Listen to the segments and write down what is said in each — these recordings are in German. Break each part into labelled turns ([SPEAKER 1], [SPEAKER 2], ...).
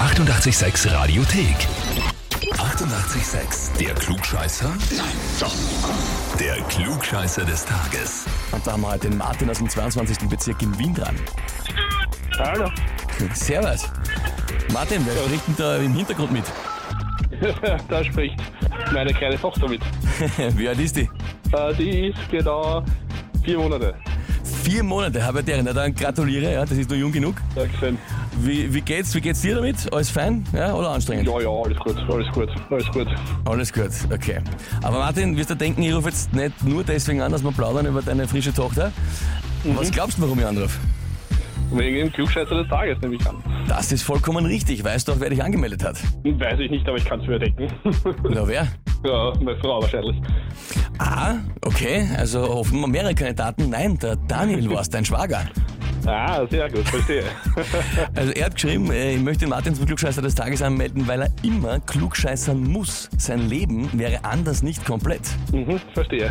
[SPEAKER 1] 886 Radiothek. 88,6. Der Klugscheißer? Nein, doch. Der Klugscheißer des Tages.
[SPEAKER 2] Und da haben wir heute den Martin aus dem 22. Bezirk in Wien dran.
[SPEAKER 3] Hallo.
[SPEAKER 2] Servus. Martin, wer spricht denn da im Hintergrund mit?
[SPEAKER 3] da spricht meine kleine Tochter mit.
[SPEAKER 2] Wie alt ist die?
[SPEAKER 3] Äh, die ist genau vier Monate.
[SPEAKER 2] Vier Monate habe ich deren. Na dann gratuliere, ja, das ist nur jung genug.
[SPEAKER 3] Dankeschön.
[SPEAKER 2] Wie, wie geht's? Wie geht's dir damit? Alles fein? Ja, oder anstrengend?
[SPEAKER 3] Ja, ja, alles gut, alles gut, alles gut.
[SPEAKER 2] Alles gut, okay. Aber Martin, wirst du denken, ich rufe jetzt nicht nur deswegen an, dass wir plaudern über deine frische Tochter. Was glaubst du, warum ich anrufe?
[SPEAKER 3] Wegen dem Klugscheißer des Tages nehme ich an.
[SPEAKER 2] Das ist vollkommen richtig. Weißt du auch, wer dich angemeldet hat?
[SPEAKER 3] Weiß ich nicht, aber ich kann es mir denken.
[SPEAKER 2] Na, wer?
[SPEAKER 3] ja, meine Frau wahrscheinlich.
[SPEAKER 2] Ah, okay, also hoffen wir mehrere Kandidaten. Nein, der Daniel war es, dein Schwager.
[SPEAKER 3] Ah, sehr gut, verstehe.
[SPEAKER 2] Also er hat geschrieben, äh, ich möchte Martin zum Klugscheißer des Tages anmelden, weil er immer klugscheißern muss. Sein Leben wäre anders nicht komplett.
[SPEAKER 3] mhm, verstehe.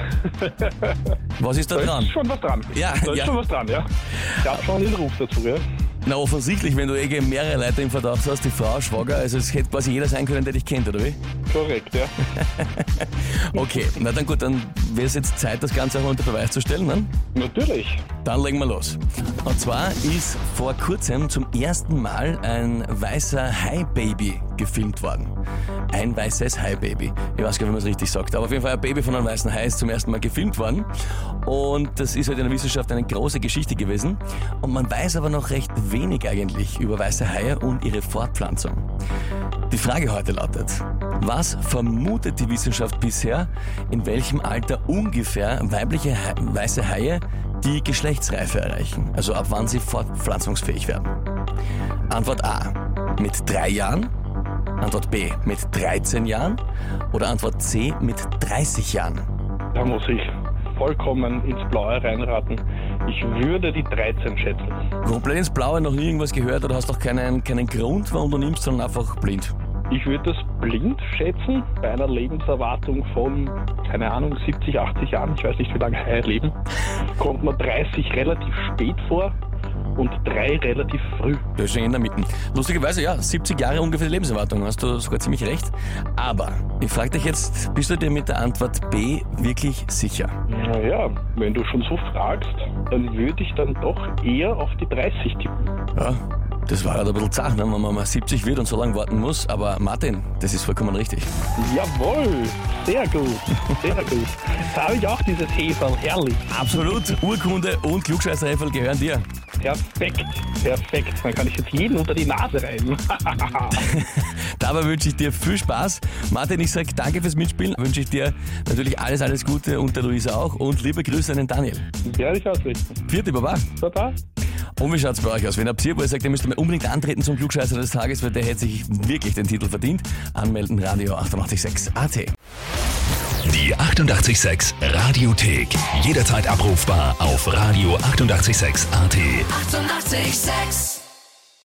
[SPEAKER 2] Was ist da
[SPEAKER 3] Da
[SPEAKER 2] dran?
[SPEAKER 3] ist schon was dran.
[SPEAKER 2] Ja,
[SPEAKER 3] da ist
[SPEAKER 2] ja.
[SPEAKER 3] schon was dran, ja. Ich habe schon den Ruf dazu, ja.
[SPEAKER 2] Na offensichtlich, wenn du eh gegen mehrere Leute im Verdacht hast, die Frau, Schwager, also es hätte quasi jeder sein können, der dich kennt, oder wie?
[SPEAKER 3] Korrekt, ja.
[SPEAKER 2] Okay, na dann gut, dann wäre es jetzt Zeit, das Ganze auch mal unter Beweis zu stellen, ne?
[SPEAKER 3] Natürlich.
[SPEAKER 2] Dann legen wir los. Und zwar ist vor kurzem zum ersten Mal ein weißer Hai-Baby gefilmt worden. Ein weißes Hai-Baby. Ich weiß gar nicht, wie man es richtig sagt. Aber auf jeden Fall ein Baby von einem weißen Hai ist zum ersten Mal gefilmt worden. Und das ist halt in der Wissenschaft eine große Geschichte gewesen. Und man weiß aber noch recht wenig eigentlich über weiße Haie und ihre Fortpflanzung. Die Frage heute lautet, was vermutet die Wissenschaft bisher, in welchem Alter ungefähr weibliche Hai- weiße Haie die Geschlechtsreife erreichen, also ab wann sie fortpflanzungsfähig werden? Antwort A mit drei Jahren, Antwort B mit 13 Jahren oder Antwort C mit 30 Jahren?
[SPEAKER 3] Da muss ich vollkommen ins Blaue reinraten. Ich würde die 13 schätzen.
[SPEAKER 2] Komplett ins Blaue, noch nie irgendwas gehört oder hast doch keinen, keinen Grund, warum du nimmst, sondern einfach blind.
[SPEAKER 3] Ich würde das blind schätzen bei einer Lebenserwartung von, keine Ahnung, 70, 80 Jahren. Ich weiß nicht, wie lange Haie leben. Kommt mir 30 relativ spät vor und 3 relativ früh.
[SPEAKER 2] Das ist schon in der Mitte. Lustigerweise, ja, 70 Jahre ungefähr Lebenserwartung, hast du sogar ziemlich recht. Aber ich frage dich jetzt, bist du dir mit der Antwort B wirklich sicher?
[SPEAKER 3] Naja, wenn du schon so fragst, dann würde ich dann doch eher auf die 30 tippen.
[SPEAKER 2] Ja, das war halt ein bisschen zart, ne, wenn man mal 70 wird und so lange warten muss. Aber Martin, das ist vollkommen richtig.
[SPEAKER 3] Jawohl, sehr gut, sehr gut. Da habe ich auch dieses Heferl, herrlich.
[SPEAKER 2] Absolut, Urkunde und Klugscheißerheffel gehören dir.
[SPEAKER 3] Perfekt, perfekt. Dann kann ich jetzt jeden unter die Nase reiben.
[SPEAKER 2] Dabei wünsche ich dir viel Spaß. Martin, ich sage danke fürs Mitspielen, wünsche ich dir natürlich alles, alles Gute und der Luisa auch und liebe Grüße an den Daniel.
[SPEAKER 3] Werde ich ausrichten.
[SPEAKER 2] Vierte Baba.
[SPEAKER 3] Baba?
[SPEAKER 2] Und wie schaut's bei euch aus? Wenn ihr Psierboy sagt, ihr müsst mir unbedingt antreten zum Klugscheißer des Tages, weil der hätte sich wirklich den Titel verdient, anmelden Radio 886 AT.
[SPEAKER 1] Die 88,6 Radiothek. Jederzeit abrufbar auf radio886.at. 88,6.
[SPEAKER 4] Eighty-eight, sex.